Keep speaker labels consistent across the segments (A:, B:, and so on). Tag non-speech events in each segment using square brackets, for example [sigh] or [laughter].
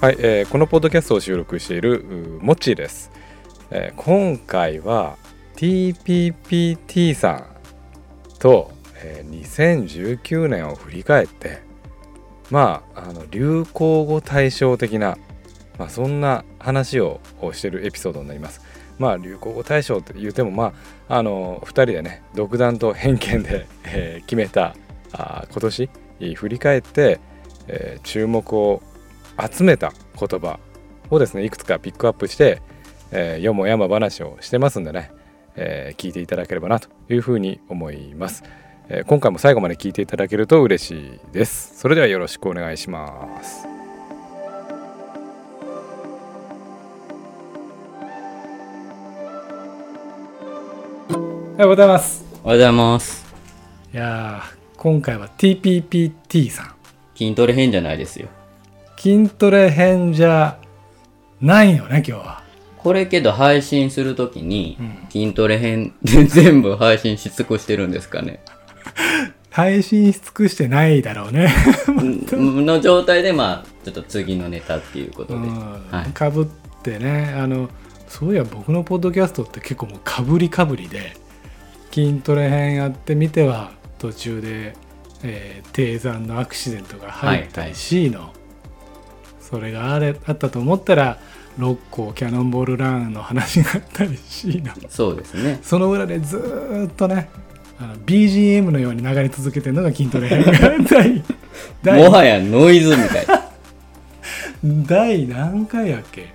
A: はい、えーこのポッドキャストを収録しているうモッチーです、えー今回は TPPT さんと、えー2019年を振り返ってまああの流行語対象的な、まあ、そんな話をしてるエピソードになります。まあ流行語大賞って言ってもまああの2人でね独断と偏見で、えー決めたあー今年えー振り返って、えー注目を集めた言葉をですねいくつかピックアップして、えーよもやま話をしてますんでね、えー聞いていただければなというふうに思います、えー今回も最後まで聞いていただけると嬉しいですそれではよろしくお願いします
B: おはようございます。
C: おはようございます。
B: いやー今回は TPPT さん。
C: 筋トレ編じゃないですよ。
B: 筋トレ編じゃないよね、今日は。
C: これけど配信するときに
B: うん
C: 筋トレ編で全部配信し尽くしてるんですか
B: [laughs]
C: ね。
B: 配信し尽くしてないだろうね。
C: んの状態でまあちょっと次のネタっていうことで。はい。
B: かぶってね、あの、そういや僕のポッドキャストって結構もうかぶりかぶりで、筋トレ編やってみては途中で、えー、低山のアクシデントが入った
C: はいは
B: り
C: い
B: C の、それがあれあったと思ったら六甲キャノンボールランの話があったり C の
C: そうですね。
B: その裏でずーっとねあの BGM のように流れ続けてるのが筋トレ編が第
C: も
B: 第
C: はやノイズみたい。
B: 第何回やっけ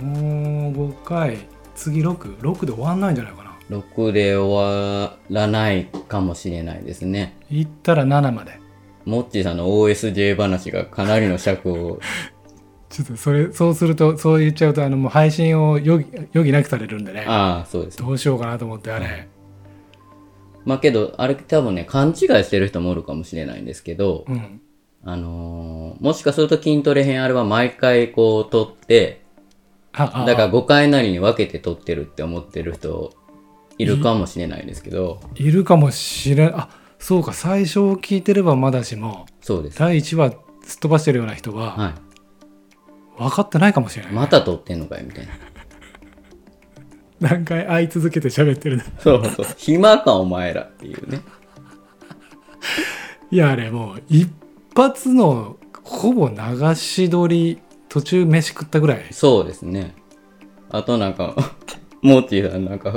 B: もう5回次66で終わんないんじゃないかな
C: 6で終わらないかもしれないですね。
B: 行ったら7まで
C: モッチーさんの OSJ 話がかなりの尺を。
B: ちょっとそれそうするとそう言っちゃうとあのもう配信を余儀余儀なくされるんでね
C: ああ、そうです。
B: どうしようかなと思ってあれ
C: まあけど、あれ多分ね、勘違いしてる人もおるかもしれないんですけど、
B: うん
C: あのーもしかすると筋トレ編あれは毎回こう撮って、
B: ああ
C: だから5回なりに分けて撮ってるって思ってる人いるかもしれないですけど、
B: いるかもしれんあそうか最初を聞いてればまだしも
C: そうです。
B: 第1話すっ飛ばしてるような人は、
C: は
B: 分かってないかもしれない
C: い。また撮ってんのかよ、みたいな。
B: 何回会い続けて喋ってるの
C: そうそう。暇か、お前らっていうね。
B: いやあれもう一発のほぼ流し撮り途中飯食ったぐらい
C: そうですね。あとなんか、モーティさんなんか、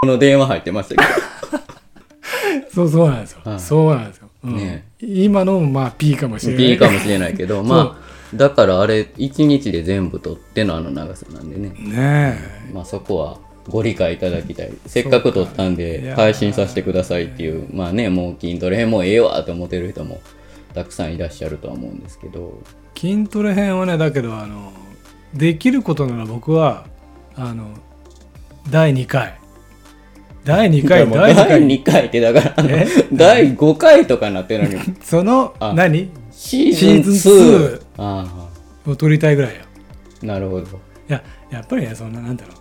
C: この電話入ってましたけ
B: そうそうなんですよ、
C: はい
B: そうなんですよ、うん
C: ね
B: 今のもまあ P かもしれ
C: ど、
B: ない
C: いいかもしれないけ [laughs] ど、まあ、だからあれ、1日で全部撮ってのあの長さなんでね。
B: ねえ
C: まあそこはご理解いただきたい。せっかく撮ったん
B: い
C: で
B: やー
C: 配信させてくださいっていう、まあね、もう筋トレもうええわと思ってる人もたくさんいらっしゃるとは思うんですけど、
B: 筋トレ編はねだけどあのできることなら僕はあの第2回第2回
C: もう
B: 第2
C: 第
B: 回
C: 2回ってだからあの
B: え、
C: 第5回とかなってるのに、
B: その
C: あ
B: 何
C: シーズン 2!
B: [laughs] シーズンツー
C: あ
B: を撮りたいぐらいよ
C: あ、なるほど。
B: いややっぱりねそんななんだろう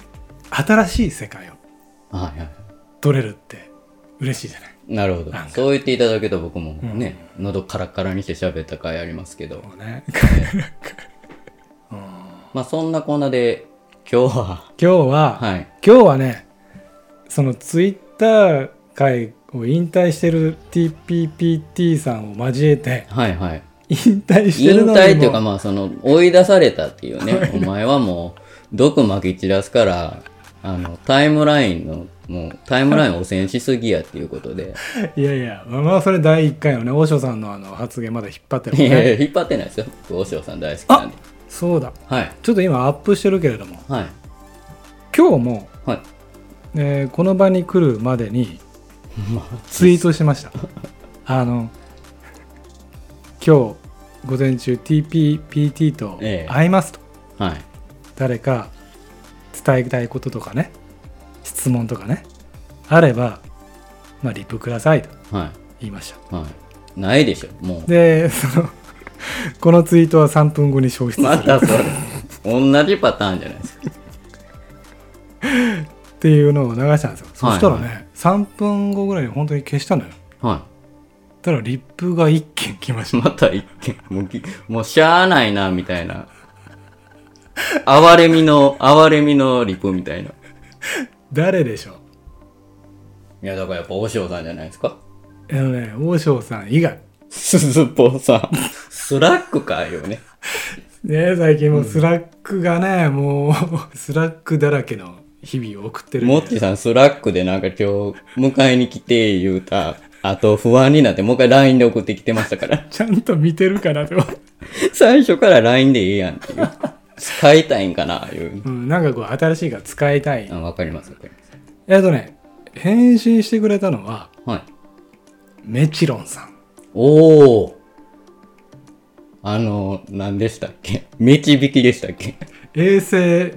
B: 新しい世界を
C: はいはい。
B: 撮れるって嬉しいじゃない
C: なるほど
B: なん。か
C: そう言っていただけると僕もね、喉カラッカラにして喋った回ありますけど、
B: もうね
C: まあそんなこんなで今日は、
B: 今日は、
C: はい。
B: 今日はねそのツイッター界を引退してる TPPT さんを交えて
C: はいはい。
B: 引退して
C: 引
B: るのにも
C: 退っていうかまあその追い出されたっていうねお前はもう毒まき散らすからあのタイムラインのもうタイムラインを汚染しすぎやっていうことで
B: いやいやまあまあそれ第1回のね王将さんのあの発言まだ引っ張ってる
C: い
B: もん
C: やい
B: ね
C: や引っ張ってないですよ僕和尚さん大好きなんで
B: そうだ
C: はい
B: ちょっと今アップしてるけれども
C: はい
B: 今日も、
C: はい
B: えーこの場に来るまでに
C: ま
B: ツイートし
C: [laughs]
B: ましたあの今日午前中 TPPT と
C: ええ
B: 会いますと、
C: あはい
B: 誰か伝えたいこととかね質問とかねあれば、まあ、リプくださいと
C: は
B: 言いました
C: いはいないでしょもう
B: でそのこのツイートは3分後に消失す
C: ま
B: る
C: たそれ同じパターンじゃないですか
B: っていうのを流したんですよ、そしたらね、
C: は
B: 3分後ぐらいに本当に消したのよ
C: は
B: ただリップが1件来まし [laughs]
C: いまた一見もうぎもうしゃあないなみたいな哀れみの、哀れみのリプみたいな。い
B: 誰でしょう
C: や、だからやっぱ、お塩さんじゃないですか。
B: あのね王将さん以外
C: 鈴ぽさん。スラックかよね。
B: ね最近もうスラックがね、もう [laughs] スラックだらけの日々を送ってるんで
C: もっちさん、スラックでなんか今日、迎えに来て言うた。あと、不安になって、もう一回 LINE で送ってきてましたから。 [laughs]
B: ちゃんと見てるかなと思って、
C: 最初から LINE でええやんっていう。使いたいんかな、いう。
B: うん、なんかこう新しいから使いたい
C: あ、わかります、わかります。
B: えっとね返信してくれたのは
C: はい。
B: メチロンさん
C: おお。あの、何でしたっけ導きでしたっけ
B: 衛星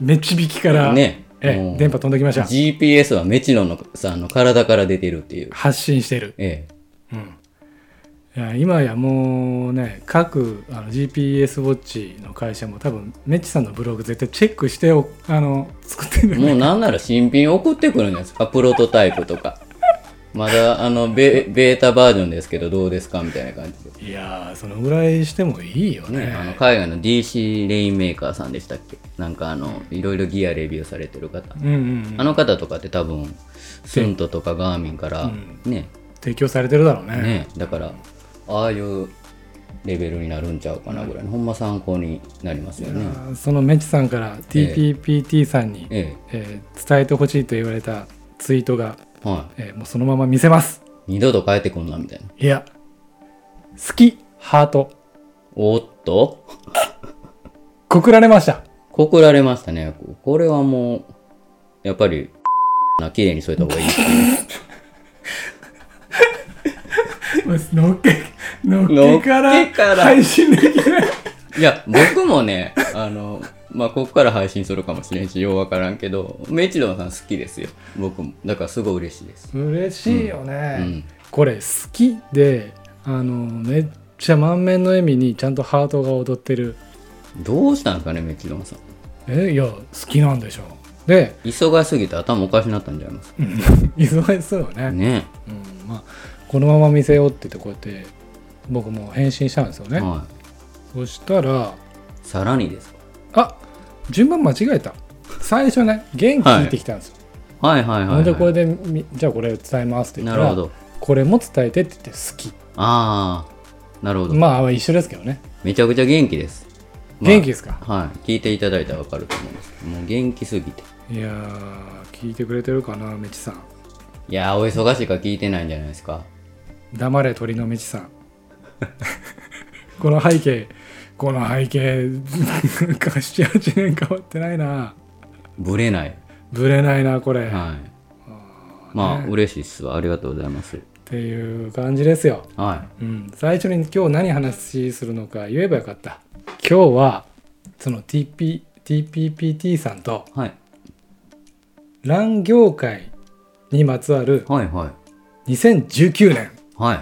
B: メチ引きから、
C: ね。
B: え
C: も
B: え
C: う
B: 電波飛んできました
C: GPS はメチロンのさんの体から出てるっていう。
B: 発信してる、
C: え
B: うん、いや今やもうね各あの GPS ウォッチの会社も多分メッチさんのブログ絶対チェックしておあの作って
C: え。
B: るね
C: もうなんなら新品送ってくるんじゃないですかプロトタイプとか。まだ、あのベ、ベータバージョンですけど、どうですかみたいな感じで。
B: いやーそのぐらいしてもいいよね
C: ね、あの海外の DC レインメーカーさんでしたっけなんかあの、いろいろギアレビューされてる方。
B: うんうんうん
C: あの方とかって多分、スントとかガーミンから、
B: うん
C: ね、
B: 提供されてるだろうね
C: ね、だからああいうレベルになるんちゃうかなぐらいのほんま参考になりますよ
B: あ
C: ね。
B: ーそのメッチさんから
C: ええ
B: TPPT さんに、え
C: え
B: ー伝えてほしいと言われたツイートが、
C: え、は
B: えーもうそのまま見せます
C: い。二度と帰ってくんなみたいな。
B: いや好きハート
C: おっと
B: 告られま [laughs] した
C: 告られましたね。これはもう、やっぱり、な、綺麗に添えた方がいい
B: [laughs]
C: っていう。
B: のっけのっ
C: のっけ
B: け
C: か
B: からら配信できない
C: いや、僕もね、あの、まあ、ここから配信するかもしれんし、ようわからんけど、メチロンさん好きですよ。僕も。だからすごい嬉しいです。
B: 嬉しいよね、
C: うん。
B: これ好きであのめっちゃ満面の笑みにちゃんとハートが踊ってる
C: どうしたんですかね、メチロンさん。
B: えいや好きなんでしょうで
C: 忙しすぎて頭おかしになったんじゃないです
B: うん忙しそうよね
C: か。ね
B: うんまあ、このまま見せようって言ってこうやって僕も返信したんですよね、
C: はい。
B: そしたら
C: さらにですか
B: あ順番間違えた最初ね元気聞いてきたんですよ、
C: はいはいはい、
B: ほ
C: は
B: ん
C: い。
B: でこれでみじゃあこれ伝えますって言っ
C: な
B: た
C: るほ
B: ら
C: ど。
B: これも伝えてって言って好き
C: ああ、なるほど。
B: まあ一緒ですけどね
C: めちゃくちゃ元気です。まあ
B: 元気ですか、
C: はい。聞いていただいたらわかると思うんですけど、もう元気すぎて。
B: いやー聞いてくれてるかなメチさん
C: いやー、お忙しいから聞いてないんじゃないですか。
B: 黙れ鳥のメチさん [laughs] この背景この背景78年変わってないな
C: ぶれない。
B: ぶれないなこれ、
C: はい。まあ、嬉しいっすわ。ありがとうございます。
B: っていう感じですよ、
C: は
B: うん、最初に今日何話するのか言えばよかった今日はその TP TPPT さんと
C: い。はい。
B: 蘭業界にまつわる
C: はいはい。
B: 2019年
C: はい。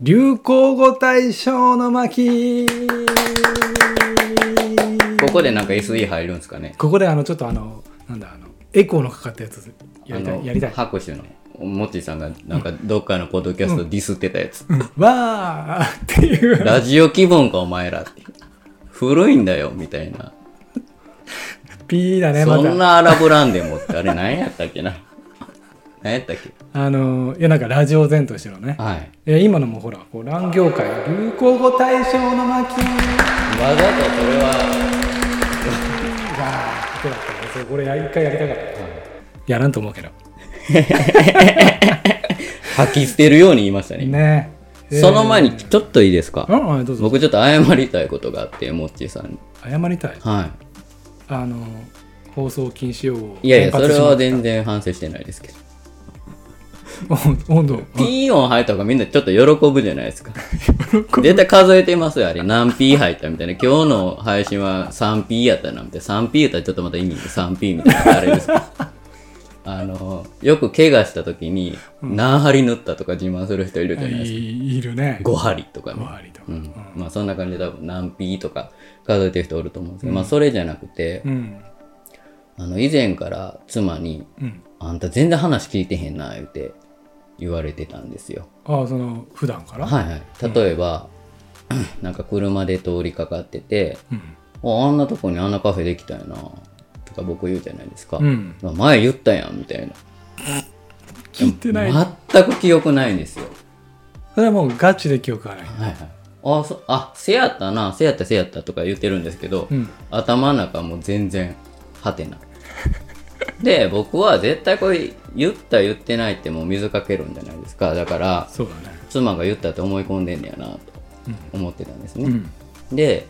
B: 流行語大賞の巻
C: ここでなんか SE 入るんですかね。
B: ここであのちょっとあのなんだあのエコーのかかったやつやりた
C: あの
B: いやりたい [laughs]
C: 拍手の。もっちーさんがなんかどっかのポッドキャストディスってたやつ。
B: わーっていう
C: ラジオ気分かお前らって。古いんだよ、みたいな。
B: ピーだねま
C: そん
B: た
C: な荒ぶらんでもって、あれ何やったっけな。何やったっけ
B: あのいやなんかラジオ前としてのね
C: はい。
B: え今のもほらこう蘭業界流行語大賞の巻
C: わざとそれは、
B: わーってなったねそれこれや一回やりたかった、やらんと思うけど
C: 吐き捨てるように言いましたね。
B: ねえー
C: その前に、ちょっといいですか、
B: うんうんどうぞ
C: 僕ちょっと謝りたいことがあって、モッチーさんに。
B: 謝りたい
C: は
B: あの放送禁止用語を
C: い。いやいや、それは
B: 連
C: 全然反省してないですけど。
B: 発し [laughs] まった温度
C: ピー音入った方がみんなちょっと喜ぶじゃないですか。絶対数えてますよ、あれ。何 P 入ったみたいな。今日の配信は 3P やったな、みたいな。3P やったらちょっとまた意味で 3P みたいな。あれですか。あの、よく怪我した時に何針塗ったとか自慢する人いるじゃないですか。
B: いいるね
C: 5針とか
B: 5
C: ね。
B: 割とか
C: うん。まあそんな感じで多分何 P とか数えてる人おると思うんですけど、まあそれじゃなくて
B: う、ん
C: あの、以前から妻に、
B: うん
C: あんた全然話聞いてへんな、言うて言われてたんですよ。
B: ああその普段から
C: はいはい、例えば、なんか車で通りかかってて
B: うん
C: あんなとこにあんなカフェできたよなとか僕言うじゃないですか、
B: うん
C: 前言ったやんみたいな
B: 聞いてない
C: 全く記憶ないんですよ
B: それはもうガチで記憶がない
C: はいはいあそあせやったなせやったせやったとか言ってるんですけど、
B: うん
C: 頭の中もう全然はてなで僕は絶対これ言った言ってないってもう水かけるんじゃないですかだから
B: そうだね
C: 妻が言ったって思い込んでんねやなと思ってたんですね、
B: うん
C: で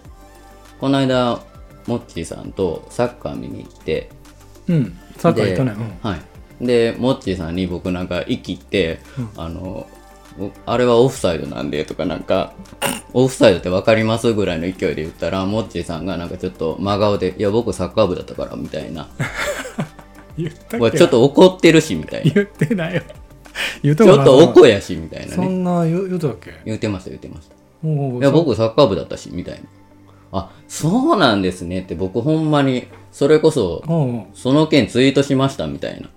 C: この間モッチーさんとサッカー見に行って
B: うんサッカー行ったね
C: はい、でモッチーさんに僕なんか息って、あのおあれはオフサイドなんでとかなんかオフサイドって分かりますぐらいの勢いで言ったらモッチーさんがなんかちょっと真顔で「いや僕サッカー部だったから」みたい
B: [laughs]
C: な
B: うん言っ
C: 「
B: たっ
C: うわ
B: け
C: ちょっと怒ってるし」みたいな「ち
B: 言ってないよ [laughs] 言った
C: ょっとお
B: い
C: こやし」みたいな
B: そ
C: ね
B: んな言う言うたっけ
C: 言ってました言ってました
B: もう
C: いや、僕サッカー部だったし、みたいな。あ、そうなんですねって、僕ほんまに、それこそ、
B: おうおう
C: その件ツイートしましたみたいな。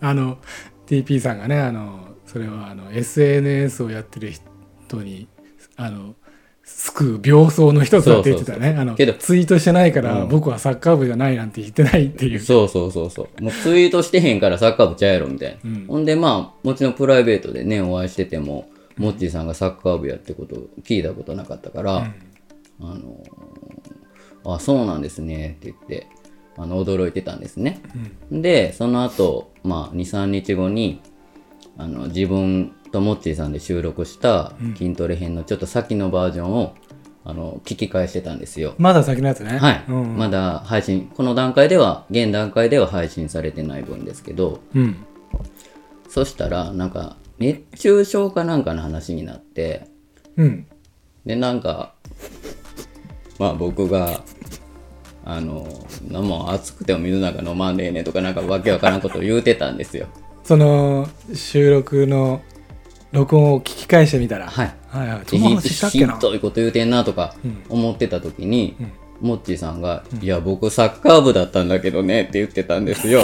B: あの TP さんがねあのそれはあの SNS をやってる人にあの救う病巣の一つだって言ってた
C: そうそう
B: ね
C: そう
B: あの
C: けど
B: ツイートしてないから、
C: うん
B: 僕はサッカー部じゃないなんて言ってないっていう
C: そうそうそうそう。もうツイートしてへんからサッカー部ちゃうやろ、みたいな。
B: うん
C: ほんで、まあ、もちろんプライベートでね、お会いしてても、モッチーさんがサッカー部やってこと聞いたことなかったから、あのーあ、そうなんですねって言って、あの、驚いてたんですね。で、その後、まあ、2、3日後に、あの、自分とモッチーさんで収録した筋トレ編のちょっと先のバージョンを、あの、聞き返してたんですよ。
B: まだ先のやつね
C: はい、
B: うん、
C: まだ配信、この段階では、現段階では配信されてない分ですけど、
B: うん
C: そしたら、なんか、熱中症かなんかの話になって、
B: うん
C: でなんかまあ僕があのなんも暑くても水なんか飲まんでええねんとかなんかわけわからんことを言うてたんですよ
B: その収録の録音を聞き返してみたら、
C: はい
B: はいはい、そ
C: ひ
B: んな話したっけ
C: ひ
B: な
C: どいこと言うてんなとか
B: ん
C: 思ってた時に、
B: ん
C: モッチーさんが、いや僕サッカー部だったんだけどね」って言ってたんですよ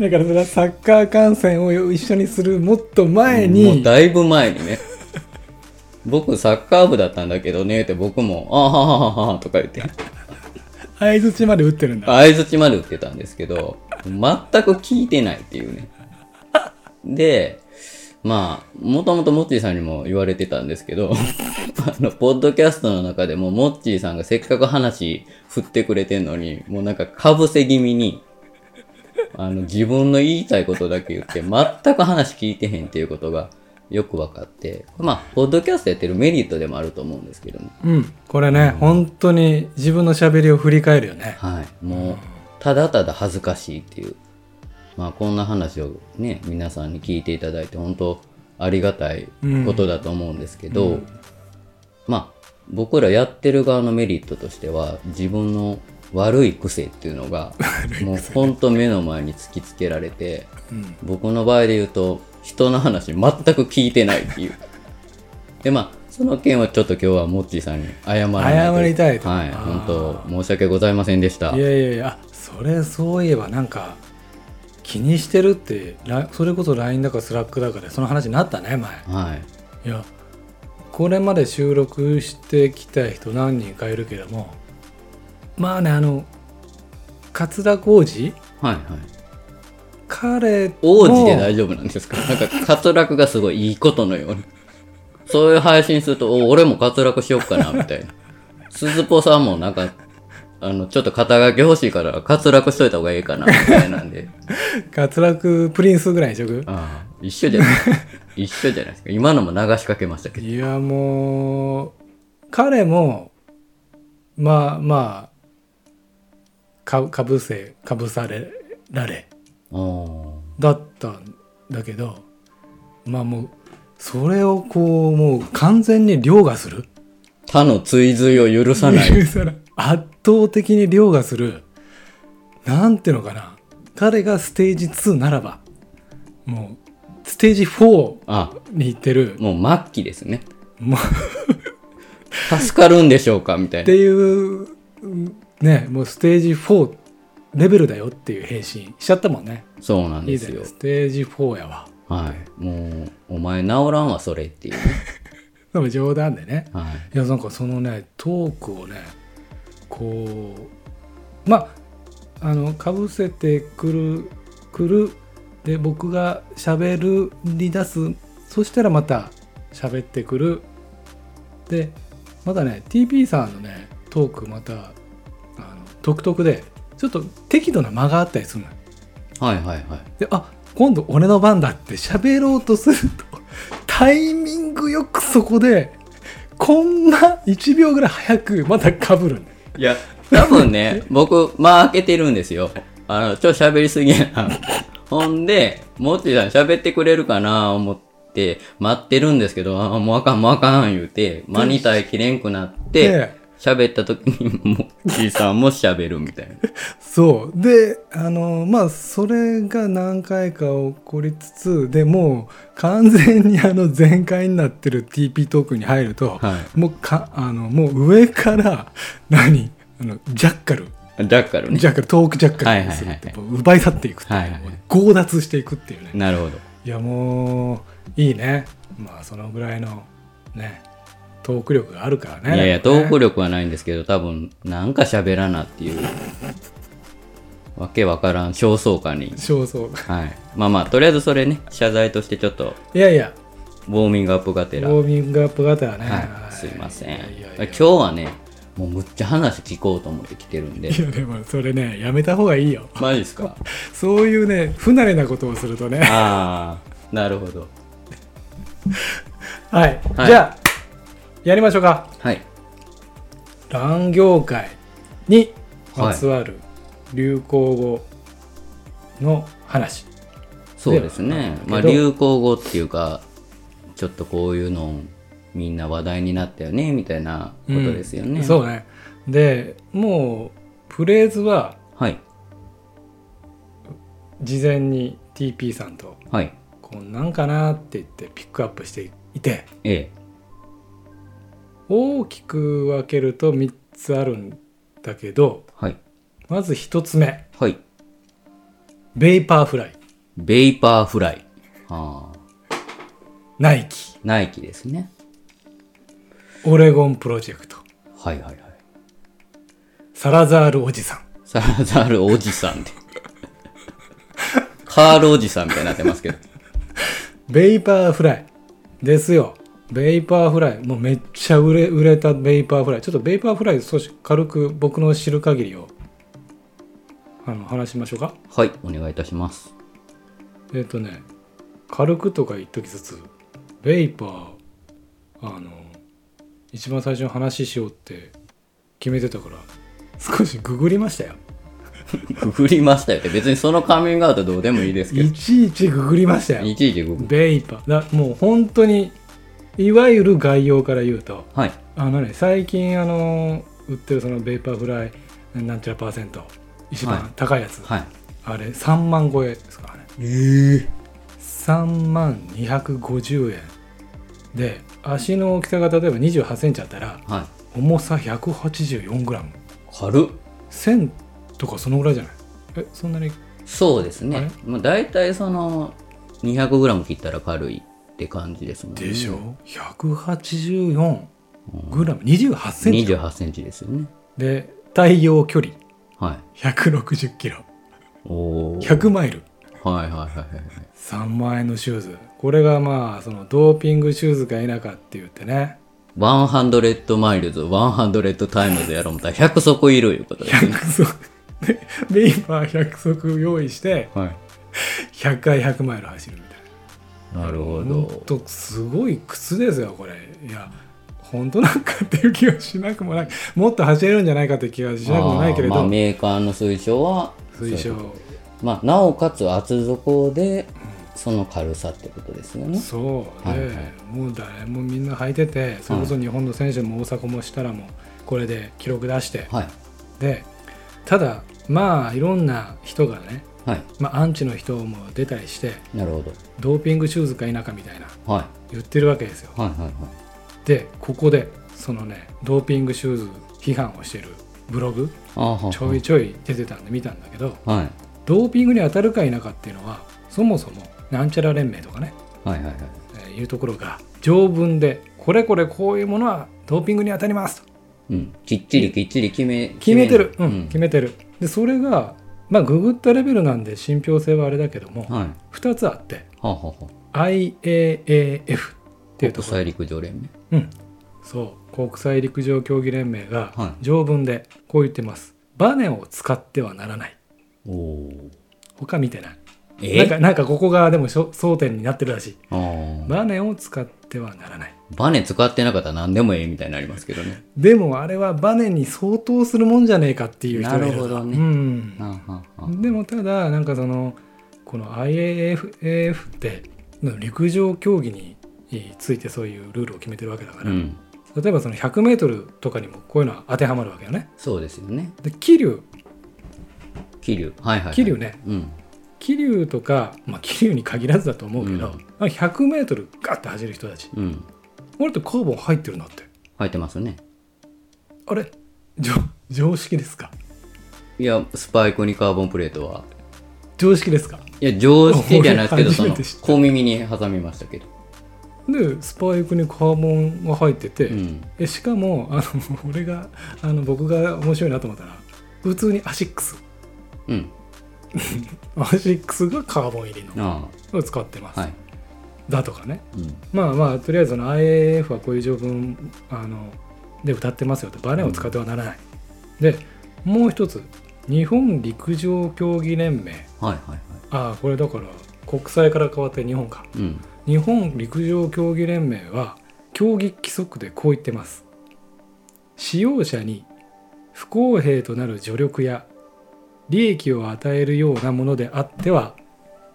B: だからそれはサッカー観戦を一緒にするもっと前
C: もう
B: に
C: だいぶ前にね僕サッカー部だったんだけどねって僕も「あはははは」とか言って
B: 相づちまで打ってるんだ
C: 相づちまで打ってたんですけど、全く聞いてないっていうね。で、まあ、もともとモッチーさんにも言われてたんですけど、 [laughs] あの、ポッドキャストの中でもモッチーさんがせっかく話振ってくれてんのに、もうなんかかぶせ気味に、あの、自分の言いたいことだけ言って、全く話聞いてへんっていうことがよく分かって、まあ、ポッドキャストやってるメリットでもあると思うんですけどね。
B: うん、これね、本当に自分の喋りを振り返るよね。
C: はい、もうただただ恥ずかしいっていう、まあ、こんな話をね皆さんに聞いていただいて本当ありがたいことだと思うんですけど、まあ僕らやってる側のメリットとしては自分の悪い癖っていうのがもうほんと目の前に突きつけられて、
B: うん
C: 僕の場合で言うと人の話全く聞いてないっていう。でまあその件はちょっと今日はモッチーさんに謝らないと
B: 謝りたいと
C: はい
B: あー
C: 本当申し訳ございませんでした
B: いやいやいや、あそれそういえばなんか気にしてるって、ラそれこそ LINE だか Slack だかでその話になったね、前。
C: はい。
B: いや、これまで収録してきた人何人かいるけども、まあね、あの、桂田浩二
C: はいはい。
B: 彼も
C: 王子で大丈夫なんですかなんか、滑落がすごいいいことのように。そういう配信すると、お俺も滑落しよっかな、みた [laughs] いな。鈴子さんもなんか、あの、ちょっと肩書き欲しいから、滑落しといた方がいいかな、みたいなんで。
B: 桂楽プリンスぐらいにしとく
C: [laughs] ああ、一緒じゃ [laughs] ない。一緒じゃないですか。今のも流しかけましたけど。
B: いやもう彼もまあまあかかぶせかぶされられ
C: お
B: だったんだけどまあもうそれをこうもう完全に凌駕する
C: ー他の追随を許さ [laughs] ない。
B: その圧倒的に凌駕するなんていうのかな彼がステージ2ならばもうステージ4
C: あ、
B: に行ってる
C: もう末期ですね。
B: もう
C: 助かるんでしょうかみた
B: っ
C: い
B: て
C: な。
B: いううんねもうステージ4レベルだよっていう返信しちゃったもんね
C: そうなん
B: いい
C: で
B: です
C: よ
B: ね。ステージ4やわ
C: はい。もう、お前治らんわ、それっていうね。
B: でも冗談でね
C: はい
B: いやなんかそのねトークをねこうまああのかぶせてくるくるで僕がしゃべるに出すそしたらまた喋ってくるでまたね TP さんのねトークまたあの独特でちょっと適度な間があったりするのよ
C: はいはいはい
B: であ今度俺の番だって喋ろうとするとタイミングよくそこでこんな1秒ぐらい早くまたかぶるんだよ
C: いや、多分ね、 [laughs] 僕、間開けてるんですよ。あの、ちょ、喋りすぎやな。 [laughs] ほんで、もっちさん喋ってくれるかな思って、待ってるんですけど、あもうあかん、もうあかん、言うて、間に耐えきれんくなって、
B: で
C: 喋った時に、もっちさんも喋るみたいな。
B: そうであのまあそれが何回か起こりつつでもう完全にあの全開になってる TP トークに入ると、
C: は
B: もうかあのもう上から何あのジャッカル
C: い。だからね
B: ジ。ャッカルトークジャッカルにするって、
C: はい
B: こう奪い去っていくっていう、
C: はいはいはい
B: 強奪していくっていうね
C: なるほど。
B: いやもういいねまあそのぐらいのねトーク力があるからね
C: いやいや、トーク
B: 力
C: 力はないんですけど、多分、なんか喋らなっていう、わけわからん、焦燥感に。
B: そうそう
C: はい。まあまあ、とりあえずそれね、謝罪としてちょっと、
B: いやいや
C: ウォーミングアップが
B: ウ
C: てら。
B: ォーミングアップ型はね、
C: はい、すいません
B: いやいやいや
C: 今日はねもうむっちゃ話聞こうと思って来てるんで
B: いやでもそれねやめた方がいいよ
C: マジですか
B: そういうね不慣れなことをするとね
C: ああなるほど
B: はい、
C: はい
B: じゃあやりましょうか
C: はい
B: 乱業界にまつわる流行語の話、
C: そうですね
B: で
C: ま
B: は
C: あ
B: だけど
C: 流行語っていうかちょっとこういうのみんな話題になったよねみたいなことですよね、
B: そううねでもうフレーズは
C: はい
B: 事前に TP さんと
C: はい
B: こんなんかなって言ってピックアップしていて
C: ええ
B: 大きく分けると3つあるんだけど
C: はい
B: まず1つ目
C: はい
B: ベイパーフライ
C: ベイパーフライああ
B: ナイキ
C: ナイキですね
B: オレゴンプロジェクト
C: はいはいはい
B: サラザールおじさん
C: サラザールおじさんでカールおじさんみたいになってますけど
B: ベイパーフライですよベイパーフライもうめっちゃ売れ売れたベイパーフライちょっとベイパーフライ少し軽く僕の知る限りをあの話しましょうか
C: はい、お願いいたします。
B: えっ、とね軽くとか言っときつつベイパーあの一番最初に話ししようって決めてたから少しググりましたよ
C: ググりましたよって、別にそのカミングアウトどうでもいいですけ
B: いちいちググりました
C: ど、
B: よ
C: いちいちググ。
B: ベイパーだもう本当にいわゆる概要から言うと
C: はい、
B: あのね最近あの売ってるそのベイパーフライなんちゃらパーセント一
C: はい
B: 番高いやつ、
C: はい。
B: あれ3万超えですからね
C: ええ
B: 3万250円で足の大きさが例えば2 8センチあったら
C: はい。
B: 重さ 184g1000
C: 軽っ。
B: とかそのぐらいじゃないえそんなに
C: そうです
B: あれ
C: ね。もう大体その、200g 切ったら軽いって感じですもんね。
B: でしょ、184g28 センチ
C: 28センチですよね。
B: で太陽距離
C: はい。
B: 160キロ
C: おお。
B: 100マイル
C: はいはいはいはい。
B: 3万円のシューズこれがまあそのドーピングシューズか否かって言ってね
C: 100マイルズ、100タイムズやろう思ったら100足いるいうことですね。
B: 100足でベイパー100足用意して
C: はい。
B: 100回100マイル走るみたいな
C: なるほ
B: 本
C: ど。
B: 当すごい靴ですよこれいや本当なんかっていう気がしなくもないもっと走れるんじゃないかっていう気がしなくもないけれど、
C: あーまあ、メーカーの推奨は、
B: 推奨
C: まあ、なおかつ厚底で、その軽さってことですよね。
B: そうで、
C: はいはい
B: もう誰もみんな履いててそれこそ日本の選手も大迫もしたらもうこれで記録出して、
C: はい。
B: でただまあいろんな人がね、
C: はい。
B: まあ、アンチの人も出たりして
C: なるほど。
B: ドーピングシューズか否かみたいな
C: はい。
B: 言ってるわけですよ
C: はいはいはい。
B: でここでそのねドーピングシューズ批判をしてるブログ
C: あーは
B: ちょいちょい出てたんで見たんだけど
C: はい。
B: ドーピングに当たるか否かっていうのはそもそもなんちゃら連盟とかね、
C: はいはいはい。
B: えーいうところが条文でこれこれこういうものはドーピングに当たりますと
C: うん、きっちりきっちり決め
B: 決めてる、
C: う
B: うんん決めてるでそれがまあググったレベルなんで信憑性はあれだけども
C: はいは
B: 2つあって
C: あ、はあはあ、
B: IAAF ってい
C: 国
B: うところ
C: 際陸上連盟
B: うん、そう国際陸上競技連盟が
C: はい
B: 条文でこう言ってます、バネを使ってはならない
C: おお
B: 他見てない
C: え
B: なんかなんかここがでもしょ争点になってるらしい
C: あー
B: バネを使ってはならない
C: バネ使ってなかったら何でもええみたいになりますけどね
B: でもあれはバネに相当するもんじゃねえかっていう人がいる
C: なるほどね
B: うん
C: はあはあはあ
B: でもただなんかそのこの IAF って陸上競技についてそういうルールを決めてるわけだから、
C: うん
B: 例えばその 100m とかにもこういうのは当てはまるわけよね
C: そうですよね
B: で桐生
C: 桐生はいはいはい
B: 桐生ね
C: うん
B: 桐生とか、まあ、桐生に限らずだと思うけど、
C: うん
B: あの 100m ガッて走る人たち
C: うん
B: 俺ってカーボン入ってるなって
C: 入ってますね
B: あれじょ常識ですか
C: いやスパイクにカーボンプレートは
B: 常識ですか
C: いや常識じゃないですけど
B: 俺
C: その
B: 初めて知った
C: 小耳に挟みましたけど
B: でスパイクにカーボンが入ってて、
C: うん
B: えしかもあの [laughs] 俺があの僕が面白いなと思ったら普通にアシックス
C: うん
B: アシックスがカーボン入りの
C: あ
B: を使ってます、
C: あはい
B: だとかね
C: うん
B: まあまあとりあえずその IAF はこういう条文あので歌ってますよとバネを使ってはならない、でもう一つ日本陸上競技連盟
C: はいはいはい
B: ああこれだから国際から変わって日本か
C: うん
B: 日本陸上競技連盟は競技規則でこう言ってます使用者に不公平となる助力や利益を与えるようなものであっては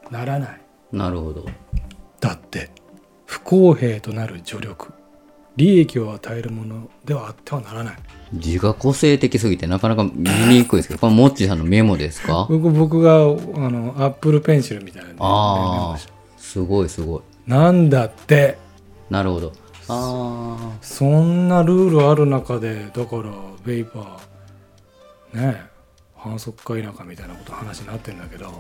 B: ならない
C: なるほど
B: だって不公平となる助力利益を与えるものではあってはならない
C: 字が個性的すぎてなかなか見にくいですけどこれモッチーさんのメモですか
B: 僕僕があのアップルペンシルみたいなのでメ
C: あ
B: モ
C: あ
B: した
C: すごいすごい
B: なんだって
C: なるほどああ
B: そんなルールある中でだからベイパーねえ反則か否かみたいなこと話になってんだけど、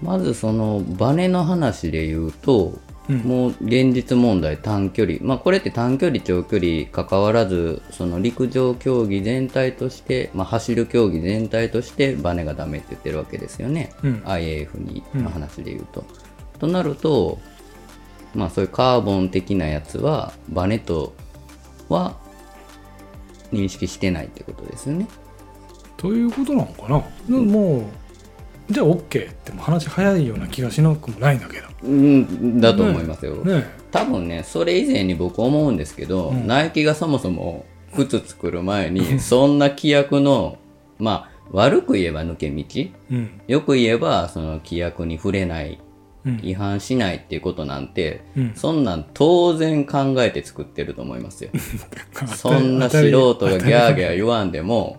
C: まずそのバネの話で言うと
B: うん
C: もう現実問題短距離まあこれって短距離長距離関わらずその陸上競技全体として、まあ、走る競技全体としてバネがダメって言ってるわけですよね、
B: うん
C: IAF にの話で言うと、となるとまあそういうカーボン的なやつはバネとは認識してないってことですよね
B: ということなのかなでももうじゃあ OK っても話早いような気がしなくもないんだけど
C: うんだと思いますよ、
B: ね
C: 多分ねそれ以前に僕思うんですけど、
B: うん
C: ナイキがそもそも靴作る前にそんな規約のまあ悪く言えば抜け道
B: えうん
C: よく言えばその規約に触れない
B: うん
C: 違反しないっていうことなんて
B: うん
C: そんなん当然考えて作ってると思いますよそんな
B: [laughs] 当た
C: 素
B: り
C: 人がギャーギャー言わんでも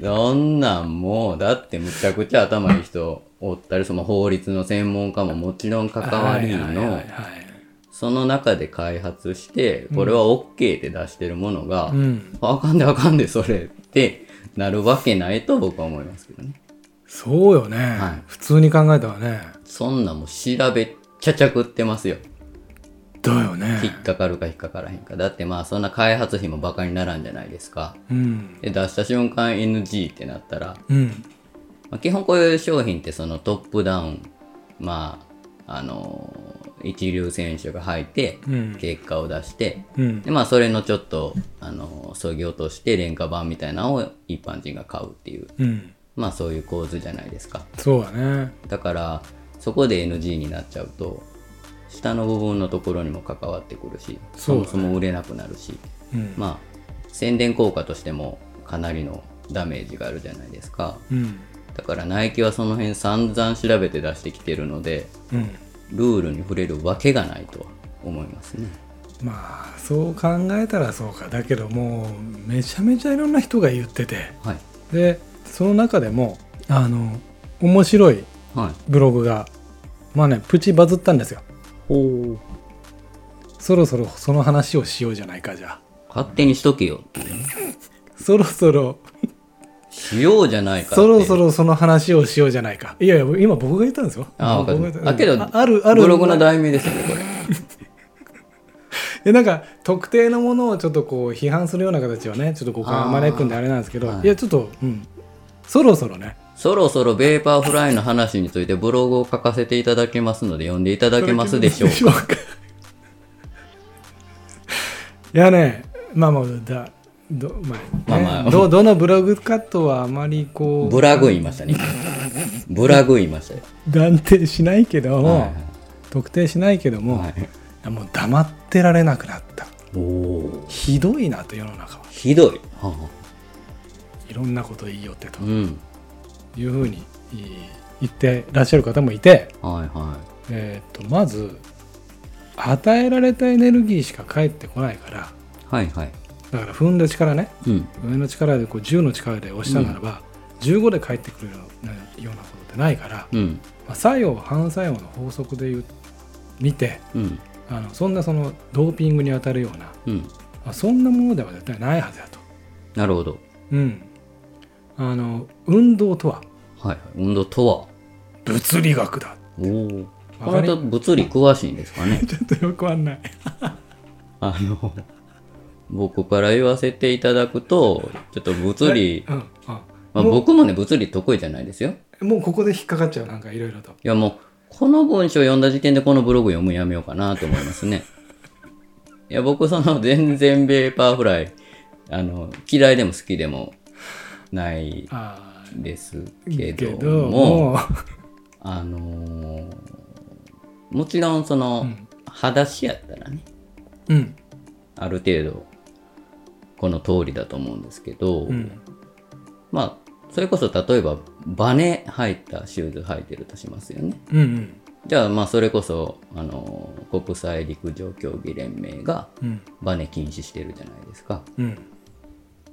C: そんなんもうだってむちゃくちゃ頭いい人おったりその法律の専門家ももちろん関わり
B: はいはいはいは
C: の
B: い
C: その中で開発して、これは OK って出してるものが、
B: うん
C: あかんであかんでそれってなるわけないと僕は思いますけどね。
B: そうよね、
C: はい
B: 普通に考えたらね
C: そんなもん調べちゃちゃくってますよ。
B: だよね
C: 引っかかるか引っかからへんか。だってまあそんな開発費もバカにならんじゃないですか。
B: うん
C: で、出した瞬間 NG ってなったら、
B: うん
C: まあ、基本こういう商品ってそのトップダウン、まあ、あのー一流選手が入って
B: うん、
C: 結果を出して、
B: うん
C: でまあそれのちょっとあのそぎ落として廉価版みたいなのを一般人が買うっていう
B: うん、
C: まあそういう構図じゃないですか
B: そうだね
C: だからそこで NG になっちゃうと下の部分のところにも関わってくるしそ
B: そうだ
C: も
B: ね
C: そも売れなくなるし、
B: うん、
C: まあ宣伝効果としてもかなりのダメージがあるじゃないですか
B: うん
C: だからナイキはその辺散々調べて出してきてるので
B: うん
C: ルールに触れるわけがないとは思いますね
B: まあそう考えたらそうかだけどもうめちゃめちゃいろんな人が言ってて
C: はい
B: でその中でもあの面白い
C: はい
B: ブログがまあねプチバズったんですよ
C: ほう
B: そろそろその話をしようじゃないかじゃあ
C: 勝手にしとけよ
B: そろそろ
C: しようじゃないかって
B: そろそろその話をしようじゃないかいやいや今僕が言ったんですよ
C: あわかる
B: 僕が言った
C: あけど
B: あるある
C: ブログの題名ですよねこれ
B: でなんか特定のものをちょっとこう批判するような形はねちょっとここから招くんであれなんですけど、
C: はい
B: い、やちょっと、うん、そろそろね
C: そろそろベーパーフライの話についてブログを書かせていただけますので読んでいただけますでしょうか。
B: うか [laughs] いやねまあまあだど,、まあね
C: まあまあ
B: どどのブログかとはあまりこう
C: ブラグ言いましたね。ブラグ言いましたよ。
B: 断定しないけども、
C: は
B: 特定しないけど
C: い
B: も、
C: はいはい
B: もう黙ってられなくなった
C: おお
B: ひどいなと世の中は
C: ひどい。ははい
B: ろんなこと言いよってと
C: うん。
B: いうふうにえー言ってらっしゃる方もいて、
C: はいは
B: えー、とまず与えられたエネルギーしか返ってこないから
C: い。はいはい。
B: だから踏んだ力ね
C: うん。
B: 上の力でこう10の力で押したならば、15で返ってくるようなようなことってないから、
C: うん。
B: まあ、作用反作用の法則で言う見て
C: うん。
B: あのそんなそのドーピングに当たるような、
C: うん。
B: まあ、そんなものでは絶対ないはずだと。
C: なるほど。
B: うん、あの運動とは
C: はいはい。運動とは。
B: 物理学だ
C: おお。この
B: わかり
C: 人物理詳しいんですかね。
B: ちょっとよくわかんない
C: あの、僕から言わせていただくと、ちょっと物理、
B: うんあ
C: まあ、
B: もう
C: 僕もね、物理得意じゃないですよ。
B: もうここで引っかかっちゃうなんかいろいろと
C: いやもう、この文章を読んだ時点でこのブログ読むのやめようかなと思いますね。いや、僕その全然ベーパーフライ、あの、嫌いでも好きでもない
B: あー
C: ですけ
B: け
C: ども、
B: ども
C: あのーもちろんその、
B: うん
C: 裸足やったらね、
B: う、うん
C: ある程度、この通りだと思うんですけど、
B: うん、
C: まあ、それこそ例えば、バネ入ったシューズ履いてるとしますよね。
B: うんうん
C: じゃあ、まあ、それこそ、あの、国際陸上競技連盟が
B: うん
C: バネ禁止してるじゃないですか。
B: うん
C: だか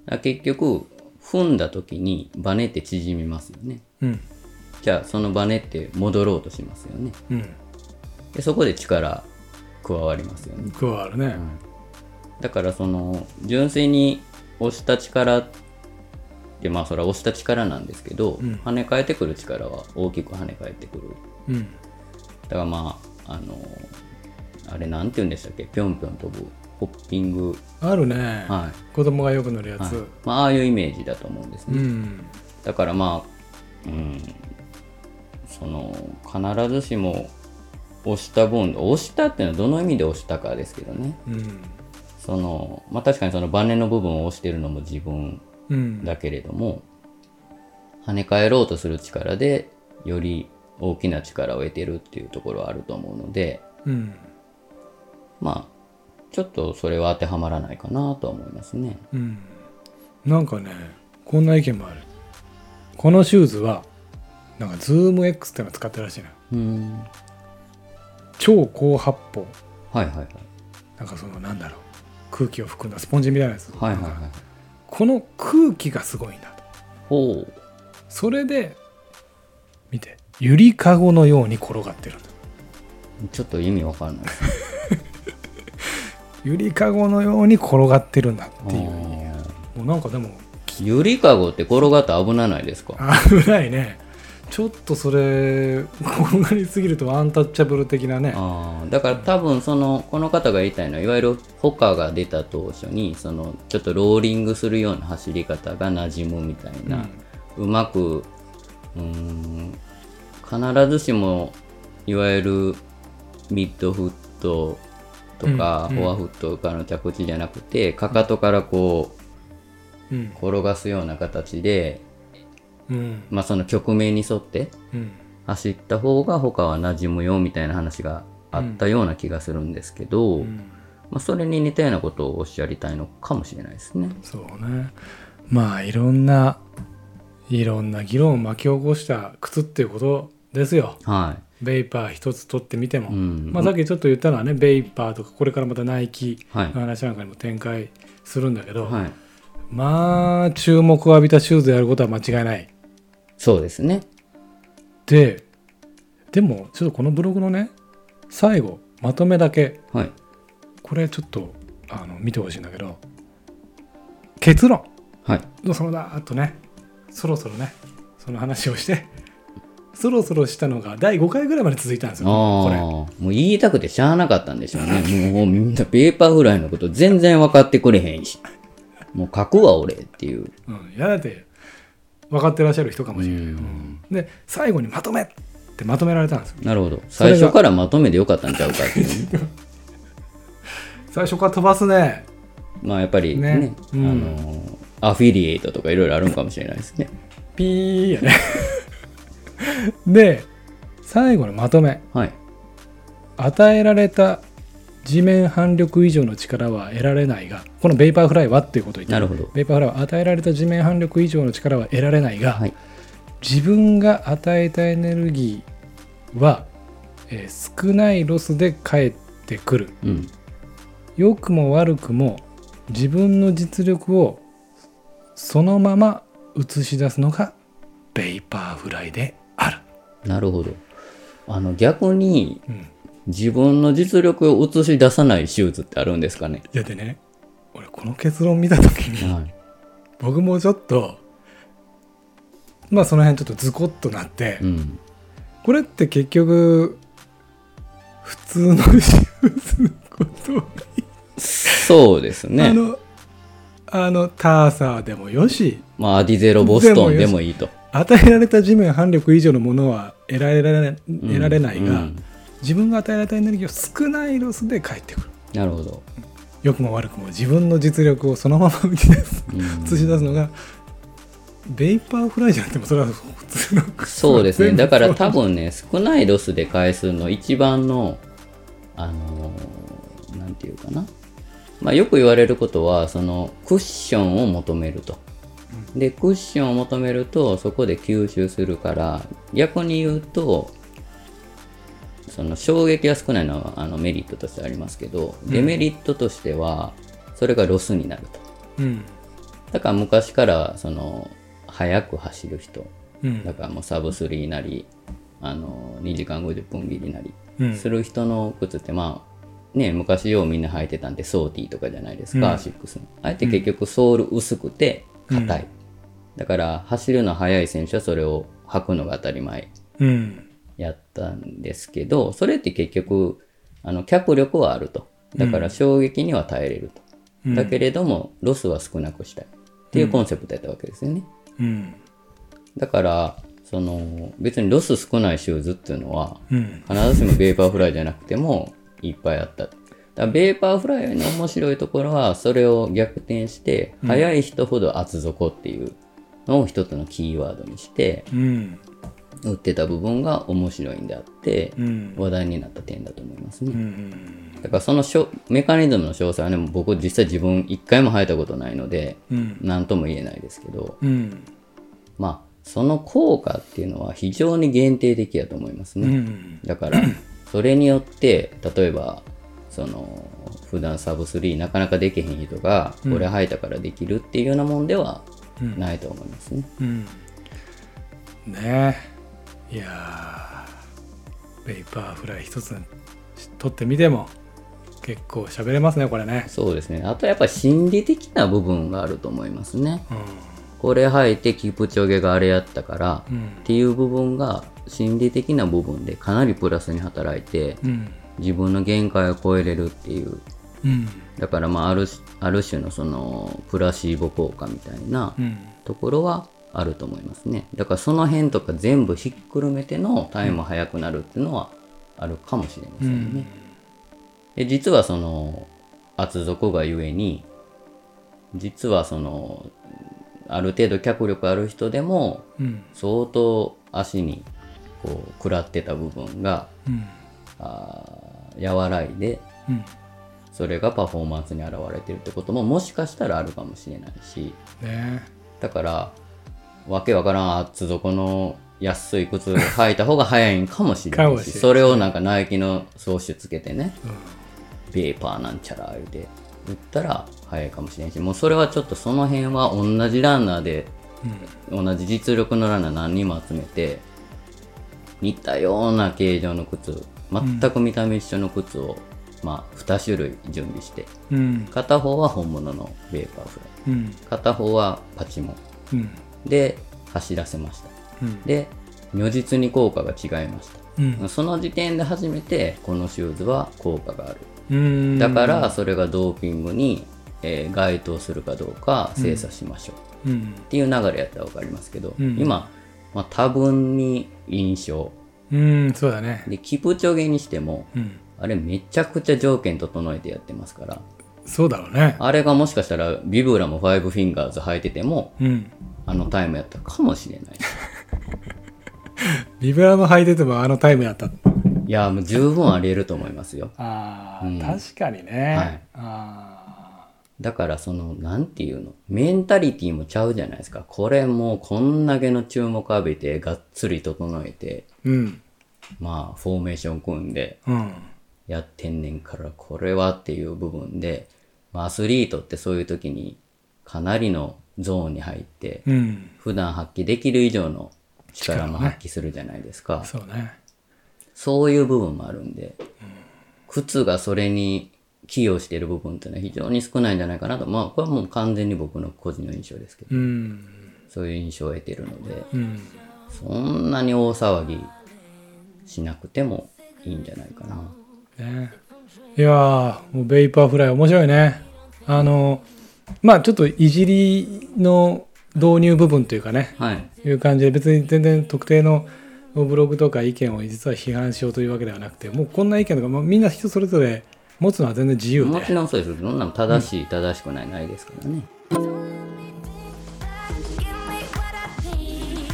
C: ら結局、踏んだ時にバネって縮みますよね。
B: うん
C: じゃあ、そのバネって戻ろうとしますよね。
B: うん
C: でそこで力加わりますよね。
B: 加わるね
C: だから、その、純粋に押した力って、まあ、それは押した力なんですけど、
B: ん
C: 跳ね返ってくる力は大きく跳ね返ってくる
B: うん
C: だからまあ、あの、あれなんて言うんでしたっけ、ぴょんぴょん飛ぶ、ホッピング、
B: あるね、
C: はい。
B: 子供がよく乗るや
C: はい
B: つ、
C: まあ、ああいうイメージだと思うんです
B: う
C: ね。
B: ん
C: だからまあ、うん、その、必ずしも、押した分、押したっていうのはどの意味で押したかですけどね。
B: うん
C: その、まあ確かにそのバネの部分を押してるのも自分
B: うん
C: だけれども、跳ね返ろうとする力で、より大きな力を得てるっていうところはあると思うので、
B: うん
C: まあ、ちょっとそれは当てはまらないかなとは思いますね。
B: うんなんかねこんな意見もあるこのシューズはなんかズーム X ってのを使ってるらしいな
C: うん。
B: 超高発泡
C: はいはいはい。
B: なんかそのなんだろう空気を含んだスポンジみたいなやつ、
C: はいはいはい。
B: この空気がすごいんだと
C: ほう。
B: それで見てゆりかごのように転がってるんだ
C: ちょっと意味わかんないですね。
B: ゆりかごのように転がってるんだっていうも
C: あー
B: うなんかでも
C: ゆりかごって転がったら危なないですか
B: 危ないねちょっとそれ転がりすぎるとアンタッチャブル的なね
C: あーだから多分そのこの方が言いたいのはいわゆるホカが出た当初にそのちょっとローリングするような走り方が馴染むみたいな、うまくうーん必ずしもいわゆるミッドフットとか、
B: うんうん
C: フォアフットからの着地じゃなくてかかとからこう
B: うん
C: 転がすような形で、
B: うん
C: まあ、その局面に沿って
B: うん
C: 走った方が他は馴染むよみたいな話があったような気がするんですけど、
B: うん
C: まあ、それに似たようなことをおっしゃりたいのかもしれないですね。
B: そうねまあいろんないろんな議論を巻き起こした靴っていうことですよ
C: は
B: ベイパー一つ取ってみても、
C: い。うん。
B: まあ、さっきちょっと言ったのはねベイパーとかこれからまたナイキ
C: はい
B: の。話なんかにも展開するんだけど、
C: はい。
B: まあ注目を浴びたシューズでやることは間違いない
C: そうですね。
B: ででもちょっとこのブログのね最後まとめだけ
C: はい。
B: これちょっとあの見てほしいんだけど結論
C: はい。
B: どうそのだーっとねそろそろねその話をしてそろそろしたのが第5回ぐらいまで続いたんですよこれ
C: ああ、もう言いたくてしゃあなかったんでしょうね。もうみんなペーパーフライのこと全然分かってくれへんし。もう書くわ俺っていう。
B: うん、いやだって分かってらっしゃる人かもしれない、
C: うん
B: で最後にまとめってまとめられたんですよ
C: なるほど。
B: それ
C: 最
B: が
C: 初からまとめてよかったんちゃうかっていうね。
B: 最初から飛ばすね
C: まあやっぱりね、
B: ね
C: あ
B: うん
C: のーアフィリエイトとかいろいろあるんかもしれないですね。
B: ピーやね [laughs] で最後のまとめ
C: はい。
B: 与えられた地面反力以上の力は得られないがこのベイパーフライはっていうことを言って
C: なるほど
B: ベイパーフライは与えられた地面反力以上の力は得られないが、
C: はい
B: 自分が与えたエネルギーは、えー少ないロスで返ってくる
C: うん。
B: 良くも悪くも自分の実力をそのまま映し出すのがベイパーフライである、
C: なるほど。あの逆に
B: うん、い
C: 自分の実力を映し出さない手術ってあるんですかね。
B: やでね俺この結論見た時に [laughs]
C: はい。
B: 僕もちょっとまあその辺ちょっとズコッとなって、
C: うん。
B: これって結局普通の手術のことを、
C: そうです
B: あ
C: ね。
B: のあのターサーでもよし
C: まあアディゼロボストンでもいいと。
B: 与えられた地面反力以上のものは得られられ得られないが、
C: うん
B: 自分が与えられたエネルギーを少ないロスで返ってくる
C: なるほど。
B: 良くも悪くも自分の実力をそのまま打ち出す
C: うん
B: 映し出すのがベイパーフライじゃなくてもそれは普通の
C: そうですね。
B: 全部
C: だから多分ね、少ないロスで返すの一番の、あのーなんていうかな。まあよく言われることは、そのクッションを求めると。で、クッションを求めると、そこで吸収するから、逆に言うと、その衝撃が少ないのはあのメリットとしてありますけど、デメリットとしては、それがロスになると。
B: うん
C: だから昔から、その、速く走る人
B: うん
C: だからもうサブスリーなり、あの、2時間50分切りなり、
B: うん
C: する人の靴って、まあ、ね、昔ようみんな履いてたんで、ソーティーとかじゃないですか、
B: うん
C: シックスの。あえて結局ソール薄くて、硬い。だから、走るの速い選手はそれを履くのが当たり前
B: うん
C: やったんですけど、それって結局、あの、脚力はあると。だから、衝撃には耐えれると。
B: うん
C: だけれども、ロスは少なくしたい。っていうコンセプトやったわけですよね。
B: うん
C: だから、その、別にロス少ないシューズっていうのは、
B: うん
C: 必ずしもベーパーフライじゃなくても、いっぱいあった。だからベーパーフライの面白いところは、それを逆転して、速い人ほど厚底っていうのを一つのキーワードにして、
B: うん
C: 売ってた部分が面白いんであって
B: う、ん
C: 話題になった点だと思います
B: う
C: ね。
B: ん
C: だからそのしょメカニズムの詳細はね、もう僕実際自分一回も生えたことないので、
B: うん
C: 何とも言えないですけど、
B: うん
C: まあ、その効果っていうのは非常に限定的やと思います
B: う
C: ね。
B: ん
C: だから、 [clears throat] それによって、例えば、その、普段サブ3なかなかできへん人が、
B: うん
C: これ入ったからできるっていうようなもんでは
B: うん
C: ないと思いますね。
B: うんねえいやーベイパーフライ一つ取ってみても結構喋れますねこれね
C: そうですね。あとやっぱ心理的な部分があると思いますね。
B: う
C: これ入ってキプチョゲがあれやったから、
B: ん
C: っ
B: うん
C: ていう部分が心理的な部分でかなりプラスに働いて、
B: うん
C: 自分の限界を超えれるっていう
B: うん
C: だからまああるある種のそのプラシーボ効果みたいな
B: うん
C: ところはあると思いますねだからその辺とか全部ひっくるめてのタイム速くなるっていうのはあるかもしれませんね、で実はその厚底がゆえに実はそのある程度脚力ある人でも
B: うん
C: 相当足にこう食らってた部分が
B: うん
C: あー和らいで
B: うん
C: それがパフォーマンスに現れてるってことももしかしたらあるかもしれないし
B: ね
C: だからわけわからん厚底の安い靴を履いた方が早いんかもしれな
B: か
C: い
B: も
C: し
B: しれない
C: それをなんかナイキの総集つけてね、ベーパーなんちゃら言うて売ったら早いかもしれんしもうそれはちょっとその辺は同じランナーで同じ実力のランナー何人も集めて似たような形状の靴全く見た目一緒の靴を、まあ、2種類準備して
B: うん
C: 片方は本物のベーパーフラ
B: うん
C: イ片方はパチモン
B: うん
C: で走らせました
B: うん
C: で如実に効果が違いました
B: うん
C: その時点で初めてこのシューズは効果がある
B: うん
C: だからそれがドーピングに、えー該当するかどうか精査しましょう
B: うん
C: っていう流れやったら分かりますけど、
B: うん
C: 今、まあ、多分に印象
B: うんそうだね
C: でキプチョゲにしても
B: うん
C: あれめちゃくちゃ条件整えてやってますから
B: そうだろうね
C: あれがもしかしたらビブラもファイブフィンガーズ履いてても
B: うん
C: あのタイムやったかもしれない
B: ビブラム履いててもあのタイムやった
C: いやもう十分あり得ると思いますよ
B: ああ、
C: うん
B: 確かにね、
C: はい
B: あ
C: だからそのなんていうのメンタリティもちゃうじゃないですかこれもうこんだけの注目浴びてがっつり整えて
B: ーうん
C: まあフォーメーション組んで
B: うん
C: やってんねんからこれはっていう部分で、まあ、アスリートってそういう時にかなりのゾーンに入って
B: うん
C: 普段発揮できる以上の力も発揮するじゃないですか、
B: そうね
C: そういう部分もあるんで、靴がそれに寄与している部分っていうのは非常に少ないんじゃないかなとまあこれはもう完全に僕の個人の印象ですけど
B: うん
C: そういう印象を得てるので
B: うん
C: そんなに大騒ぎしなくてもいいんじゃないかな
B: ねいやーもうベイパーフライ面白いねあのまあちょっといじりの導入部分というかね
C: はい
B: いう感じで別に全然特定のブログとか意見を実は批判しようというわけではなくてもうこんな意見とか、まあ、みんな人それぞれ持つのは全然自由
C: もち
B: で
C: ろんそうですそんなの正しい正しくないないですからね、
D: Give me what I need.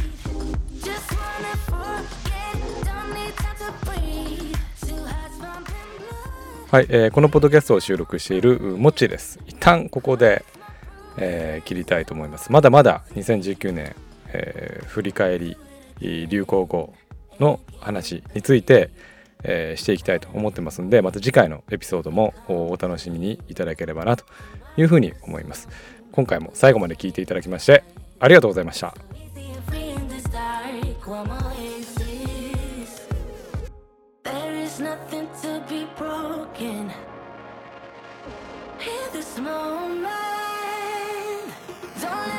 D: Just wanna forget. Don't need time to breathe. Two hearts pumping blood.
A: はい、えーこのポッドキャストを収録しているうもっちーです。一旦ここで、えー切りたいと思います。まだまだ2019年、えー振り返りえー流行語の話について、えーしていきたいと思ってますので、また次回のエピソードもおお楽しみにいただければなというふうに思います。今回も最後まで聞いていただきましてありがとうございました。
D: Easy and free in this dark. One more exist. There is nothing to be broken. In this moment, don't